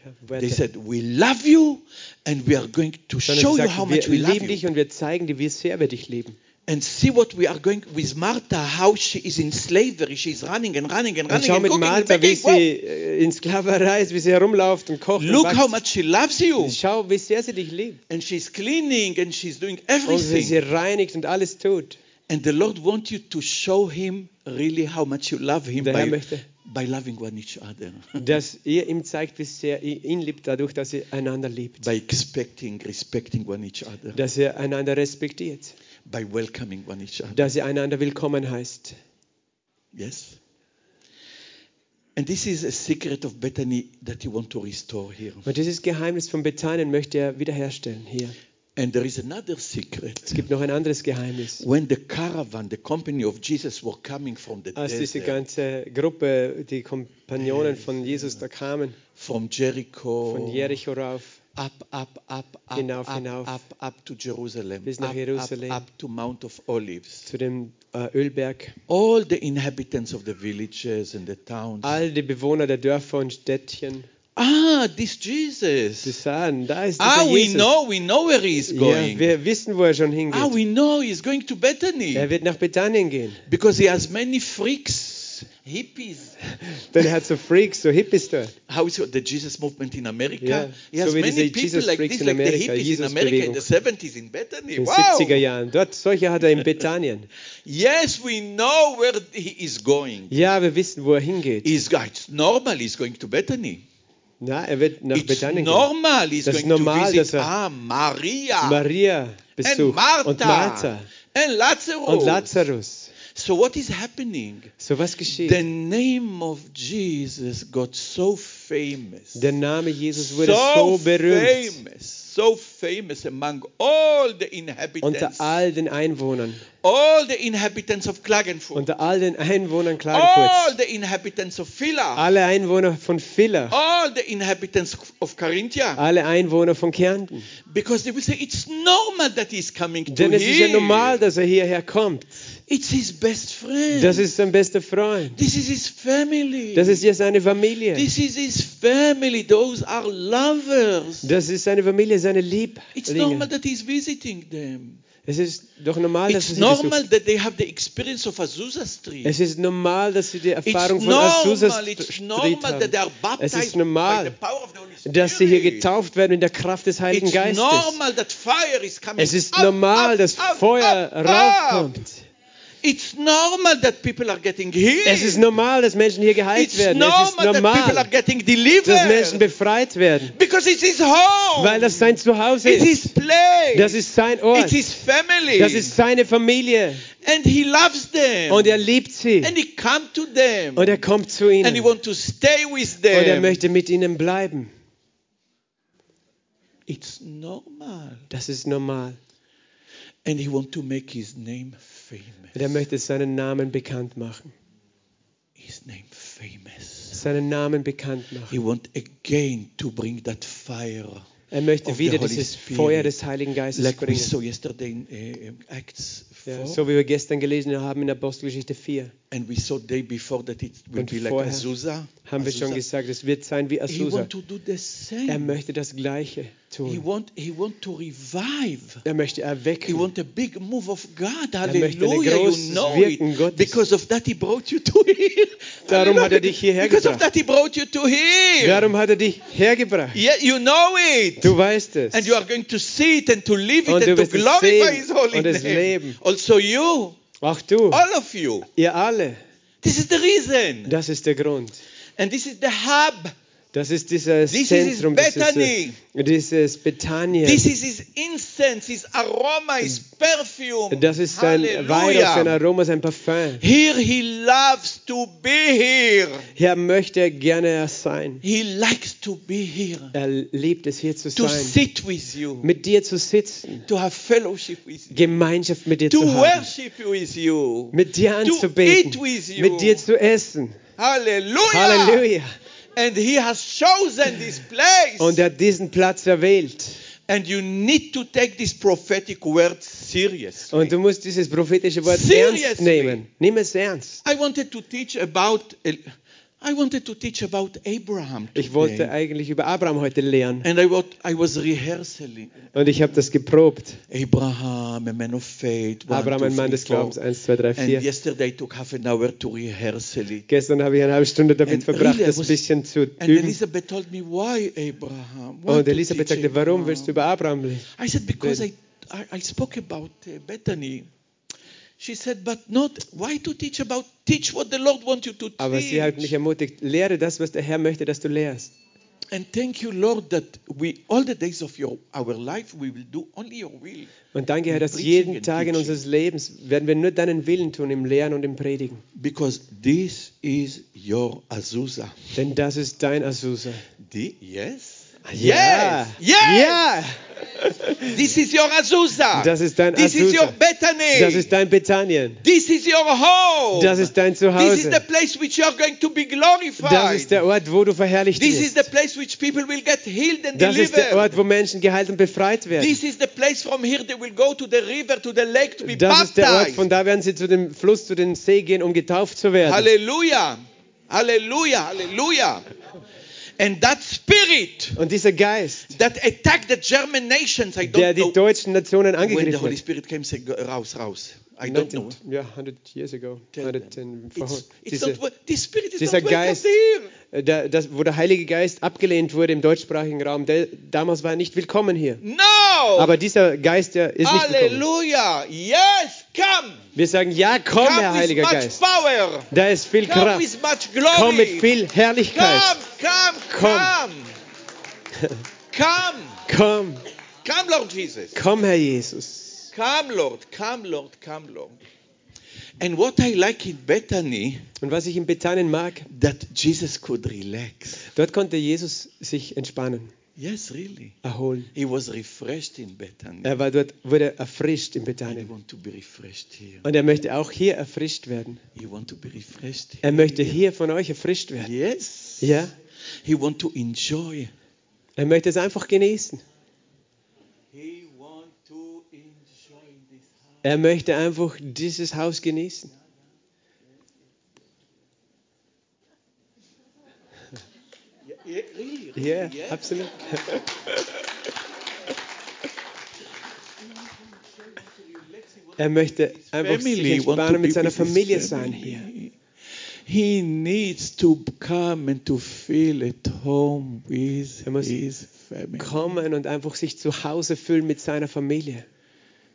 S1: ja, Wörter.
S2: They said, "We love you, and we are going to
S1: Sondern
S2: show
S1: sie
S2: you
S1: sagten,
S2: how
S1: wir
S2: much we love
S1: lieben dich
S2: you,
S1: und wir zeigen dir, wie sehr wir dich lieben.
S2: and see what we are going with Martha. How she is in slavery. She is running and running and
S1: Und
S2: running
S1: schau
S2: and
S1: mit
S2: cooking and
S1: Martha, wie
S2: baking.
S1: sie
S2: Wow.
S1: äh, in Sklaverei ist, wie sie herumläuft und kocht. und
S2: Look how
S1: backt.
S2: much she loves you,
S1: Schau, wie sehr sie dich liebt.
S2: and she's cleaning and she's doing
S1: Und wie sie
S2: everything.
S1: reinigt und alles tut.
S2: And the Lord wants you to show him really how much you love him
S1: Der Herr
S2: by,
S1: möchte-
S2: by loving one each other.
S1: Mhm. dass ihr ihm zeigt, wie sehr ihr ihn liebt, dadurch, dass ihr einander liebt,
S2: by expecting, respecting one each other,
S1: dass ihr einander respektiert,
S2: by welcoming one each other.
S1: dass ihr einander willkommen heißt.
S2: Yes? And this is a secret of Bethany that you want to restore here.
S1: Und dieses Geheimnis von Bethanien möchte er wiederherstellen hier.
S2: And there is another
S1: Es
S2: secret.
S1: gibt noch ein anderes Geheimnis.
S2: When the caravan, the company of Jesus were coming from the
S1: Als diese
S2: desert,
S1: ganze Gruppe, die Kompanionen von Jesus da kamen,
S2: from Jericho,
S1: von Jericho rauf,
S2: up, up, up, up,
S1: Hinauf,
S2: up,
S1: hinauf.
S2: up, up to Jerusalem,
S1: Bis nach
S2: up,
S1: Jerusalem.
S2: up, up to Mount of Olives.
S1: zu dem äh, Ölberg,
S2: All the inhabitants of the villages and the towns.
S1: all die Bewohner der Dörfer und Städtchen,
S2: ah, this
S1: sie
S2: Jesus.
S1: sahen, da ist dieser
S2: Ah, we
S1: Jesus.
S2: know, we know where he is
S1: Ja,
S2: going.
S1: wir wissen, wo er schon
S2: ah,
S1: hingeht.
S2: we know he's going to Bethany
S1: Er wird nach Bethanien gehen.
S2: because he has many freaks, hippies.
S1: Denn er hat so Freaks, so Hippies dort.
S2: How is it, the Jesus movement in America?
S1: Yeah,
S2: He
S1: so
S2: has
S1: wie
S2: many
S1: diese
S2: people
S1: Jesus
S2: like
S1: freaks
S2: this,
S1: in
S2: like the
S1: America,
S2: hippies in
S1: Jesus
S2: America in
S1: Bewegung.
S2: the 70s in Bethany.
S1: in den
S2: wow!
S1: 70er Jahren. Dort, solche hat er in Bethanien.
S2: Yes, we know where he is going.
S1: Ja, wir wissen, wo er hingeht.
S2: He's, it's normal he's going to Bethany.
S1: Na, er wird nach
S2: it's
S1: Bethanien gehen.
S2: normal he's
S1: Das ist
S2: going
S1: normal,
S2: to visit
S1: dass er-
S2: ah, Maria,
S1: Maria
S2: and
S1: besucht
S2: Martha, Oh.
S1: und Martha
S2: and Lazarus.
S1: und Oh, Lazarus.
S2: So what is happening?
S1: So was geschieht.
S2: The name of Jesus got so famous.
S1: Der Name Jesus wurde so berühmt
S2: famous, so famous among all the
S1: unter
S2: inhabitants,
S1: all den Einwohnern,
S2: all the inhabitants of Klagenfurt,
S1: unter all den Einwohnern
S2: all
S1: Klagenfurts,
S2: the inhabitants of Phila,
S1: alle Einwohner von Villach,
S2: all the inhabitants of Carinthia,
S1: alle Einwohner von Kärnten.
S2: because they will say it's normal that he's coming to
S1: Denn es ist ja
S2: here.
S1: normal, dass er hierher kommt.
S2: It's his best friend.
S1: Das ist sein bester Freund.
S2: this is his family.
S1: Das ist ja seine Familie.
S2: this is his family. Those are lovers.
S1: Das ist seine Familie, seine Lieb-
S2: It's normal
S1: Lieblinge.
S2: that he's visiting them.
S1: Es ist doch normal, dass du
S2: It's
S1: sie besuchst.
S2: normal that they have the experience of Azusa Street.
S1: Es ist normal, dass sie die
S2: It's
S1: Erfahrung von Azusa
S2: normal,
S1: St-
S2: it's
S1: Street
S2: normal that they are
S1: haben. Es
S2: baptized
S1: ist
S2: by the
S1: normal,
S2: power of the Holy Spirit.
S1: dass sie hier getauft werden in der Kraft des Heiligen
S2: It's
S1: Geistes.
S2: normal that fire is coming
S1: Es ist
S2: up,
S1: normal,
S2: up,
S1: dass
S2: up,
S1: Feuer
S2: up, up.
S1: raufkommt.
S2: It's normal that people are getting healed.
S1: Es ist normal, dass Menschen hier geheilt
S2: it's
S1: werden.
S2: normal,
S1: Es ist
S2: that people are
S1: normal,
S2: getting
S1: dass Menschen
S2: delivered.
S1: befreit werden,
S2: Because it's his home.
S1: weil das sein Zuhause
S2: it's his
S1: ist.
S2: place.
S1: Das ist sein
S2: it's
S1: Ort.
S2: his family.
S1: Das ist seine Familie.
S2: and he loves them.
S1: Und er liebt sie.
S2: and he comes to them.
S1: Und er kommt zu
S2: and
S1: ihnen.
S2: he
S1: Und
S2: wants to stay with them.
S1: er möchte mit ihnen bleiben.
S2: It's normal.
S1: Das ist normal.
S2: And he wants to make his name famous.
S1: Und er möchte seinen Namen bekannt machen.
S2: his name famous.
S1: Seinen Namen bekannt machen.
S2: He wants again to bring that fire.
S1: Er möchte
S2: of
S1: wieder
S2: the Holy
S1: dieses
S2: Spirit.
S1: Feuer des Heiligen Geistes
S2: Like we
S1: bringen.
S2: saw yesterday in uh, Acts 4,
S1: ja, so wie wir gestern gelesen haben in Apostelgeschichte 4,
S2: and we saw day before that it will
S1: Und
S2: be like
S1: vorher
S2: Azusa.
S1: haben wir schon
S2: Azusa.
S1: gesagt, es wird sein wie
S2: Also He
S1: Azusa.
S2: want to do the
S1: Er
S2: same.
S1: möchte das Gleiche
S2: He
S1: tun.
S2: want, he want to revive.
S1: Er möchte
S2: He
S1: erwecken.
S2: want a big move of God.
S1: möchte ein
S2: Hallelujah. You
S1: großes
S2: know
S1: Wirken
S2: it.
S1: Gottes.
S2: Because of that he brought you to here.
S1: Darum hat er
S2: Hallelujah.
S1: dich hierher
S2: Because of
S1: gebracht.
S2: that he brought you to here.
S1: Darum hat er dich hergebracht.
S2: Yeah, you know it.
S1: Du weißt es.
S2: And you are going to see it and to live it
S1: Und
S2: and
S1: du
S2: to
S1: wirst es
S2: glorify
S1: sehen
S2: His holy
S1: und es
S2: name.
S1: leben.
S2: Also you,
S1: Auch du,
S2: all of you.
S1: ihr alle.
S2: This is the reason.
S1: Das ist der Grund.
S2: And this is the hub.
S1: Das ist dieses
S2: This is
S1: Zentrum,
S2: his
S1: dieses, äh, dieses Bethanien.
S2: This is His incense, His aroma, His perfume.
S1: Das ist sein Wein und sein Aroma, sein Parfum.
S2: Here He loves to be here.
S1: Hier möchte er gerne sein.
S2: He likes to be here.
S1: Er liebt es, hier zu
S2: To
S1: sein.
S2: sit with you.
S1: Mit dir zu sitzen.
S2: To have fellowship with you.
S1: Gemeinschaft mit dir
S2: To
S1: zu haben,
S2: worship with you.
S1: mit dir anzubeten,
S2: eat with you.
S1: mit dir zu essen.
S2: Hallelujah.
S1: Halleluja.
S2: And he has chosen this place.
S1: Und er hat diesen Platz erwählt.
S2: and you need to take this prophetic word serious.
S1: Und du musst dieses prophetische Wort
S2: Seriously.
S1: ernst nehmen. Nimm es ernst.
S2: I wanted to teach about I wanted to teach about Abraham
S1: Ich
S2: today.
S1: wollte eigentlich über Abraham heute lernen
S2: and I was, I was rehearsing
S1: und ich habe das geprobt.
S2: Abraham, a man of faith. one,
S1: Abraham,
S2: two,
S1: ein Mann
S2: three,
S1: des
S2: four.
S1: Glaubens, 1, 2, 3,
S2: And
S1: 4.
S2: yesterday I took half an hour to rehearse it.
S1: Gestern habe ich eine halbe Stunde damit
S2: And
S1: verbracht,
S2: really, I
S1: das ein
S2: was-
S1: bisschen zu
S2: And
S1: üben.
S2: Elizabeth told me why Abraham. Why
S1: Und
S2: to
S1: Elisabeth
S2: teach
S1: sagte, warum
S2: Abraham?"
S1: willst du über Abraham reden?
S2: I said, because I, I, I spoke about uh, Bethany. She said, but not, why to teach about, teach what the Lord wants you to teach.
S1: Aber sie hat mich ermutigt, lehre das, was der Herr möchte, dass du lehrst.
S2: and thank you, Lord, that we, all the days of your, our life, we will do only your will.
S1: Und danke, Herr, dass
S2: Preaching
S1: jeden
S2: and
S1: Tag in
S2: teaching.
S1: unseres Lebens werden wir nur deinen Willen tun im Lehren und im Predigen.
S2: Because this is your Azusa.
S1: Denn das ist dein Azusa.
S2: The, yes.
S1: Ja!
S2: Yes! Yes! This is your Azusa.
S1: Das ist dein
S2: this is
S1: Azusa.
S2: your Bethany.
S1: Ja! Das ist dein Bethanien.
S2: this is your home.
S1: Das ist dein
S2: This is the
S1: Zuhause.
S2: place which you are going to be glorified.
S1: Das ist der Ort, wo du verherrlicht
S2: This is the
S1: wirst.
S2: place which people will get healed and
S1: Das ist der
S2: delivered.
S1: Ort, wo Menschen geheilt und befreit werden.
S2: This is the place from here they will go to the river, to the lake to be
S1: Das ist der Ort,
S2: baptized.
S1: von da werden sie zu dem Fluss, zu dem See gehen, um getauft zu werden.
S2: Hallelujah. Hallelujah. Hallelujah. And that spirit
S1: Und dieser Geist,
S2: that attacked the German nations, I
S1: der
S2: don't
S1: die
S2: know.
S1: deutschen Nationen
S2: When the
S1: angegriffen
S2: Holy
S1: hat.
S2: Spirit came, said, "Go- raus, raus. I don't know.
S1: 19, ja, 100 years ago.
S2: Tell them.
S1: 110,
S2: It's, it's
S1: diese,
S2: not, wo- this spirit is
S1: dieser
S2: not welcome
S1: Geist-
S2: here.
S1: äh, da, das, wo der Heilige Geist abgelehnt wurde im deutschsprachigen Raum, der, damals war er nicht willkommen hier.
S2: No.
S1: Aber dieser Geist, der ist nicht willkommen.
S2: Hallelujah. Yes, come.
S1: Wir sagen, ja, komm,
S2: Come
S1: Herr
S2: with
S1: Heiliger
S2: much
S1: Geist.
S2: power.
S1: Da ist viel
S2: Come
S1: Kraft.
S2: with much glory.
S1: Komm mit viel
S2: Come,
S1: Herrlichkeit.
S2: come, come.
S1: Come.
S2: Come,
S1: Komm,
S2: come, Lord Jesus.
S1: komm, Herr Jesus.
S2: Come, Lord, come, Lord, come, Lord. And what I like in Bethany,
S1: Und was ich in Bethanien mag,
S2: that Jesus could relax.
S1: dort konnte Jesus sich entspannen,
S2: Yes, really.
S1: erholen.
S2: He was refreshed in Bethany.
S1: Er war dort, wurde erfrischt in
S2: And he
S1: Bethanien.
S2: want to be refreshed here.
S1: Und er möchte auch hier erfrischt werden.
S2: He want to be refreshed here.
S1: Er möchte hier von euch erfrischt werden.
S2: Yes.
S1: Ja?
S2: He want to enjoy.
S1: Er möchte es einfach genießen.
S2: He want to enjoy this house.
S1: Er möchte einfach dieses Haus genießen.
S2: Yeah, really, really,
S1: Ja,
S2: yes.
S1: absolut.
S2: He
S1: Er möchte einfach sich
S2: Family want to
S1: entspannen
S2: be
S1: mit seiner
S2: with his
S1: Familie sein hier.
S2: family. He needs to come and to feel at home with
S1: Er muss
S2: his family.
S1: Kommen und einfach sich zu Hause fühlen mit seiner Familie.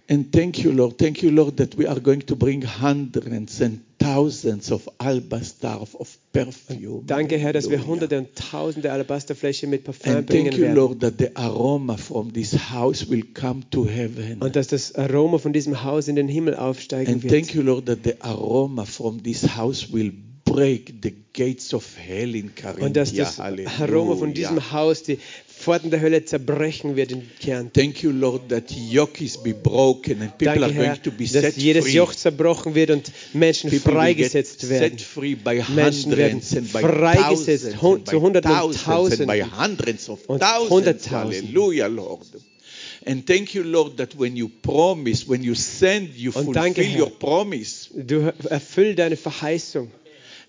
S2: And thank you, Lord. Thank you, Lord, that we are going to bring hundreds and thousands of Alba Star of perfume.
S1: Danke, Herr, dass wir
S2: Hallelujah.
S1: Hunderte und Tausende Alabasterfläche mit Parfum
S2: And
S1: bringen
S2: thank you,
S1: werden.
S2: Lord, that the aroma from this house will come to heaven.
S1: Und dass das Aroma von diesem Haus in den Himmel aufsteigen
S2: And thank
S1: wird.
S2: you, Lord, that the aroma from this house will break the gates of hell in Carinthia.
S1: Und dass das Aroma von
S2: Hallelujah.
S1: diesem Haus die Pforten der Hölle zerbrechen wird in Kern.
S2: Thank you, Lord, that yoke is be broken and people
S1: Danke,
S2: are
S1: Herr,
S2: going to be set
S1: dass jedes
S2: free.
S1: Joch zerbrochen wird und Menschen
S2: People will get
S1: freigesetzt werden.
S2: Set free by
S1: Menschen werden
S2: hundreds and by
S1: freigesetzt,
S2: thousands
S1: hun-
S2: and by
S1: zu Hunderten und
S2: thousands and by
S1: Tausenden.
S2: hundreds of
S1: Und
S2: thousands.
S1: Hunderttausenden.
S2: Hallelujah, Lord. And thank you, Lord, that when you promise, when you send, you
S1: Und
S2: fulfill
S1: danke, Herr.
S2: your promise.
S1: Du erfüll deine Verheißung.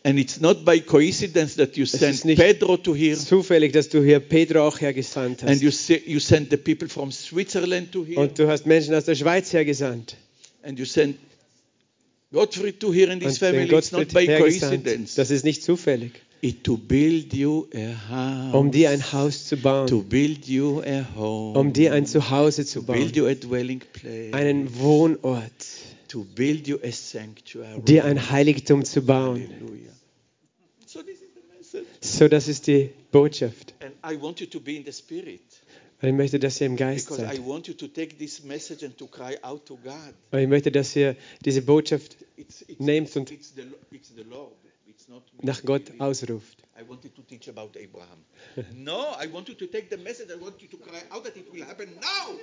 S2: And it's not by coincidence that you send
S1: ist nicht
S2: Pedro to here,
S1: Zufällig, dass du hier Pedro auch hergesandt
S2: and
S1: hast.
S2: you, se- you send the people from Switzerland to here,
S1: Und du hast Menschen aus der Schweiz hergesandt.
S2: and you send Gottfried to here and his
S1: Und den
S2: family. It's
S1: Gottfried
S2: not by
S1: hergesandt.
S2: coincidence.
S1: Das ist nicht zufällig.
S2: It to build you a house.
S1: Um dir ein Haus zu
S2: to
S1: bauen.
S2: build you a home.
S1: Um dir ein Zuhause zu bauen.
S2: build you a dwelling place.
S1: Einen Wohnort.
S2: to build you a sanctuary.
S1: Dir ein Heiligtum zu bauen.
S2: Hallelujah. So this is the message.
S1: So, das ist die Botschaft.
S2: And I want you to be in the spirit.
S1: Und ich möchte, dass ihr im Geist
S2: Because I
S1: seid.
S2: want you to take this message and to cry out to God.
S1: Und ich möchte, dass ihr diese Botschaft
S2: It's, it's,
S1: Nehmt und-
S2: it's, the, it's the Lord. It's not me.
S1: nach Gott ausruft.
S2: I wanted to teach about Abraham. no, I want you to take the message. I want you to cry out that it will happen now.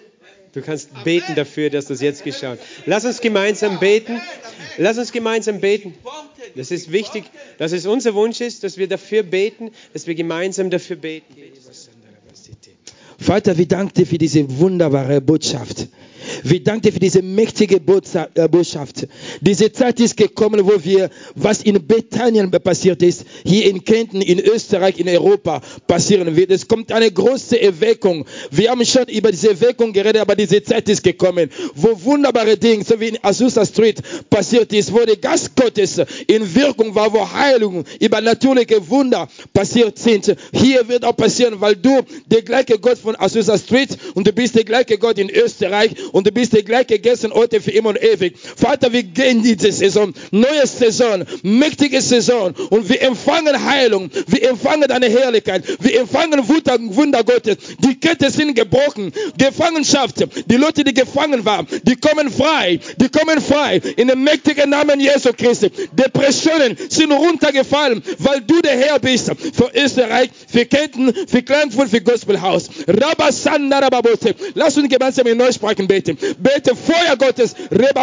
S1: Du kannst beten dafür, dass das jetzt geschah. Lass uns gemeinsam beten. Lass uns gemeinsam beten.
S2: Wanted,
S1: Das ist wichtig, dass es unser Wunsch ist, dass wir dafür beten, dass wir gemeinsam dafür beten.
S3: Vater, wir danken dir für diese wunderbare Botschaft. Wir danken dir für diese mächtige Botsa- äh, Botschaft. Diese Zeit ist gekommen, wo wir, was in Britannien passiert ist, hier in Kenten, in Österreich, in Europa passieren wird. Es kommt eine große Erweckung. Wir haben schon über diese Erweckung geredet, aber diese Zeit ist gekommen, wo wunderbare Dinge, so wie in Azusa Street passiert ist, wo der Gast Gottes in Wirkung war, wo Heilung über natürliche Wunder passiert sind. Hier wird auch passieren, weil du der gleiche Gott von Azusa Street und du bist der gleiche Gott in Österreich und du bist der gleiche gestern, heute, für immer und ewig. Vater, wir gehen diese Saison, neue Saison, mächtige Saison und wir empfangen Heilung, wir empfangen deine Herrlichkeit, wir empfangen Wunder, Wunder Gottes. Die Ketten sind gebrochen, Gefangenschaft, die Leute, die gefangen waren, die kommen frei, die kommen frei in dem mächtigen Namen Jesu Christi. Depressionen sind runtergefallen, weil du der Herr bist. Für Österreich, für Kenten, für Kleinfurt, für Gospelhaus. Rabasanda Rababote. Lass uns gemeinsam in Neusprachen beten. Bete Feuer Gottes.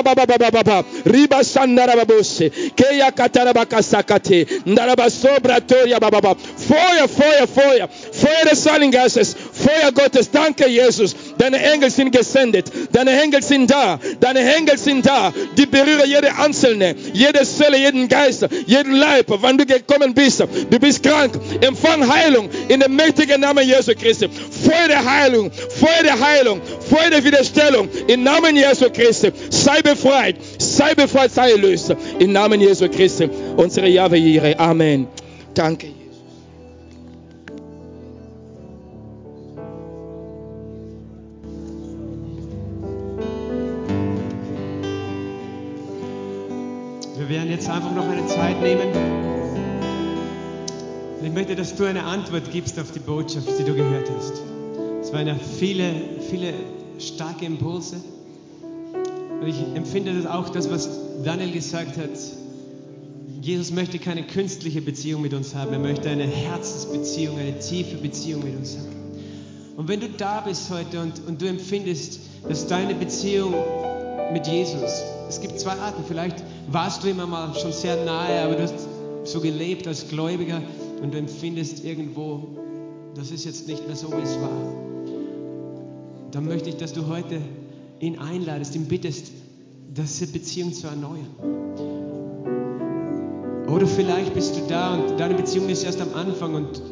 S3: Rebabababababa. Ribasanda Rababose. Keya Katarabakasakate. Ndarabasobra Toria Bababa. Feuer, Feuer, Feuer. Feuer des Heiligen Geistes. Feuer Gottes. Danke, Jesus. Deine Engel sind gesendet. Deine Engel sind da. Deine Engel sind da. Die berühren jede Einzelne, jede Zelle, jeden Geist, jeden Leib. Wann du gekommen bist, du bist krank. Empfang Heilung in dem mächtigen Namen Jesu Christi. Feuer der Heilung, Feuer der Heilung, Feuer der Widerstellung. Im Namen Jesu Christi. Sei befreit, sei befreit, sei erlöst. Im Namen Jesu Christi. Unsere Jahwe Jire. Amen. Danke, Jesus.
S1: Wir werden jetzt einfach noch eine Zeit nehmen. Und ich möchte, dass du eine Antwort gibst auf die Botschaft, die du gehört hast. Es waren ja viele, viele starke Impulse. Und ich empfinde das auch, das, was Daniel gesagt hat. Jesus möchte keine künstliche Beziehung mit uns haben. Er möchte eine Herzensbeziehung, eine tiefe Beziehung mit uns haben. Und wenn du da bist heute und, und du empfindest, dass deine Beziehung mit Jesus, es gibt zwei Arten, vielleicht warst du ihm einmal schon sehr nahe, aber du hast so gelebt als Gläubiger und du empfindest irgendwo, das ist jetzt nicht mehr so, wie es war. Dann möchte ich, dass du heute ihn einladest, ihn bittest, diese Beziehung zu erneuern. Oder vielleicht bist du da und deine Beziehung ist erst am Anfang und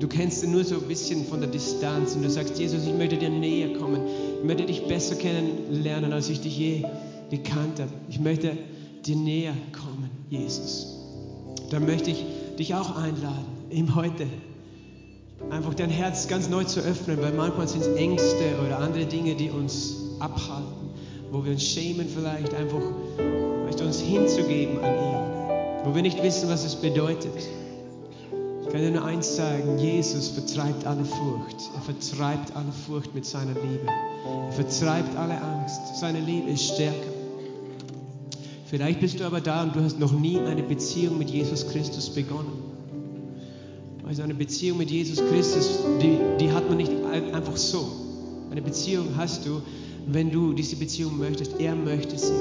S1: Du kennst ihn nur so ein bisschen von der Distanz und du sagst, Jesus, ich möchte dir näher kommen. Ich möchte dich besser kennenlernen, als ich dich je gekannt habe. Ich möchte dir näher kommen, Jesus. Da möchte ich dich auch einladen, eben heute einfach dein Herz ganz neu zu öffnen, weil manchmal sind es Ängste oder andere Dinge, die uns abhalten, wo wir uns schämen vielleicht, einfach weißt, du, uns hinzugeben an ihn, wo wir nicht wissen, was es bedeutet. Ich kann dir nur eins sagen, Jesus vertreibt alle Furcht. Er vertreibt alle Furcht mit seiner Liebe. Er vertreibt alle Angst. Seine Liebe ist stärker. Vielleicht bist du aber da und du hast noch nie eine Beziehung mit Jesus Christus begonnen. Also eine Beziehung mit Jesus Christus, die, die hat man nicht ein- einfach so. Eine Beziehung hast du, wenn du diese Beziehung möchtest. Er möchte sie.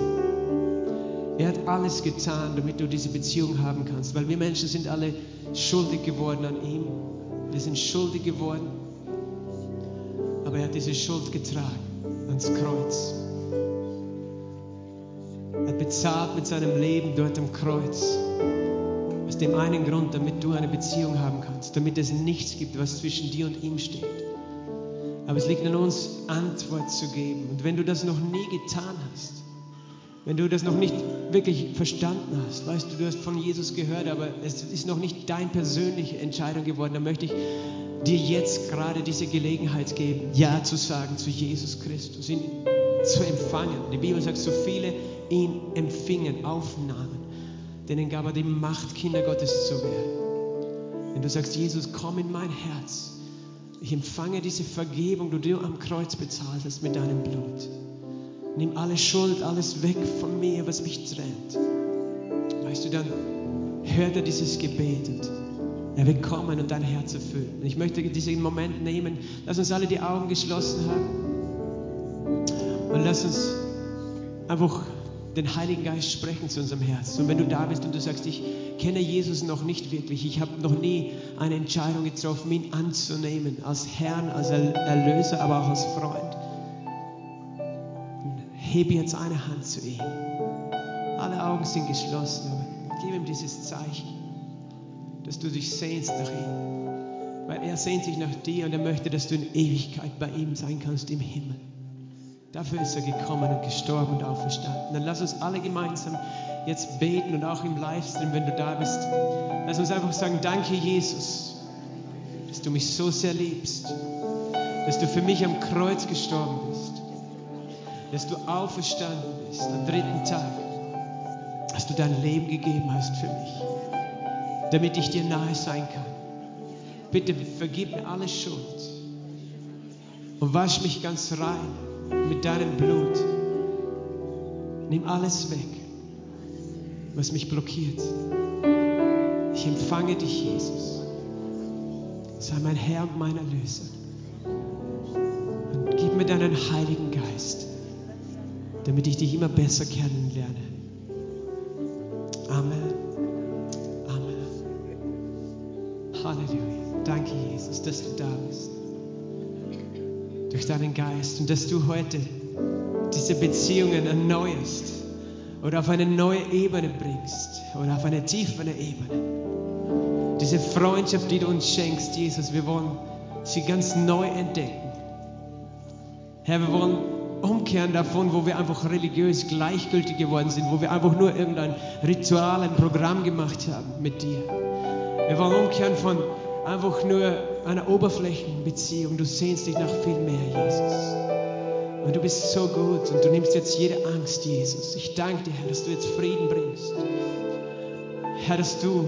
S1: Er hat alles getan, damit du diese Beziehung haben kannst, weil wir Menschen sind alle schuldig geworden an ihm. Wir sind schuldig geworden, aber er hat diese Schuld getragen ans Kreuz. Er hat bezahlt mit seinem Leben dort am Kreuz. Aus dem einen Grund, damit du eine Beziehung haben kannst, damit es nichts gibt, was zwischen dir und ihm steht. Aber es liegt an uns, Antwort zu geben. Und wenn du das noch nie getan hast, wenn du das noch nicht wirklich verstanden hast, weißt du, du hast von Jesus gehört, aber es ist noch nicht deine persönliche Entscheidung geworden, dann möchte ich dir jetzt gerade diese Gelegenheit geben, Ja zu sagen zu Jesus Christus, ihn zu empfangen. Die Bibel sagt, so viele ihn empfingen, aufnahmen, denen gab er die Macht, Kinder Gottes zu werden. Wenn du sagst, Jesus, komm in mein Herz, ich empfange diese Vergebung, die du am Kreuz bezahlt hast mit deinem Blut. Nimm alle Schuld, alles weg von mir, was mich trennt. Weißt du, dann hört er dieses Gebet und er wird kommen und dein Herz erfüllen. Und ich möchte diesen Moment nehmen, lass uns alle die Augen geschlossen haben und lass uns einfach den Heiligen Geist sprechen zu unserem Herz. Und wenn du da bist und du sagst, ich kenne Jesus noch nicht wirklich, ich habe noch nie eine Entscheidung getroffen, ihn anzunehmen als Herrn, als Erl- Erlöser, aber auch als Freund. Hebe jetzt eine Hand zu ihm. Alle Augen sind geschlossen, aber gib ihm dieses Zeichen, dass du dich sehnst nach ihm. Weil er sehnt sich nach dir und er möchte, dass du in Ewigkeit bei ihm sein kannst im Himmel. Dafür ist er gekommen und gestorben und auferstanden. Dann lass uns alle gemeinsam jetzt beten und auch im Livestream, wenn du da bist. Lass uns einfach sagen, danke Jesus, dass du mich so sehr liebst, dass du für mich am Kreuz gestorben bist dass du auferstanden bist am dritten Tag, dass du dein Leben gegeben hast für mich, damit ich dir nahe sein kann. Bitte vergib mir alle Schuld und wasch mich ganz rein mit deinem Blut. Nimm alles weg, was mich blockiert. Ich empfange dich, Jesus. Sei mein Herr und mein Erlöser. Und gib mir deinen Heiligen Geist damit ich dich immer besser kennenlerne. Amen. Amen. Halleluja. Danke, Jesus, dass du da bist. Durch deinen Geist und dass du heute diese Beziehungen erneuerst oder auf eine neue Ebene bringst oder auf eine tiefere Ebene. Diese Freundschaft, die du uns schenkst, Jesus, wir wollen sie ganz neu entdecken. Herr, wir wollen umkehren davon, wo wir einfach religiös gleichgültig geworden sind, wo wir einfach nur irgendein Ritual, ein Programm gemacht haben mit dir. Wir wollen umkehren von einfach nur einer Oberflächenbeziehung. Du sehnst dich nach viel mehr, Jesus. Und du bist so gut und du nimmst jetzt jede Angst, Jesus. Ich danke dir, Herr, dass du jetzt Frieden bringst. Herr, dass du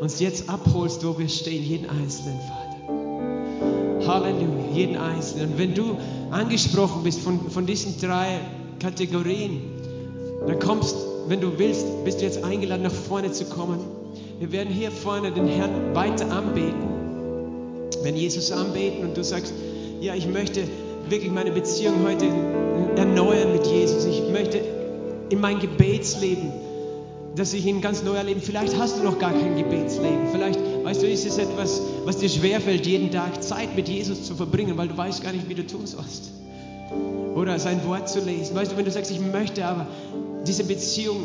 S1: uns jetzt abholst, wo wir stehen, jeden Einzelnen, Vater. Halleluja, jeden Einzelnen. Und wenn du angesprochen bist von, von diesen drei Kategorien, dann kommst, wenn du willst, bist du jetzt eingeladen, nach vorne zu kommen. Wir werden hier vorne den Herrn weiter anbeten. Wenn Jesus anbeten und du sagst, ja, ich möchte wirklich meine Beziehung heute erneuern mit Jesus. Ich möchte in mein Gebetsleben dass ich ihn ganz neu erlebe. Vielleicht hast du noch gar kein Gebetsleben. Vielleicht, weißt du, ist es etwas, was dir schwerfällt, jeden Tag Zeit mit Jesus zu verbringen, weil du weißt gar nicht, wie du tun sollst. Oder sein Wort zu lesen. Weißt du, wenn du sagst, ich möchte aber diese Beziehung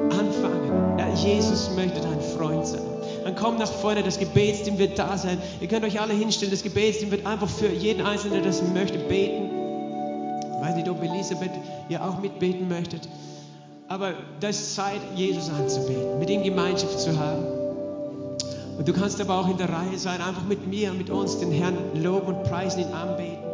S1: anfangen. Ja, Jesus möchte dein Freund sein. Dann komm nach vorne, das Gebetsteam wird da sein. Ihr könnt euch alle hinstellen, das Gebetsteam wird einfach für jeden Einzelnen, der das möchte, beten. weiß nicht, ob Elisabeth ihr auch mitbeten möchtet. Aber das Zeit, Jesus anzubeten, mit ihm Gemeinschaft zu haben. Und du kannst aber auch in der Reihe sein, einfach mit mir, mit uns, den Herrn loben und preisen, ihn anbeten.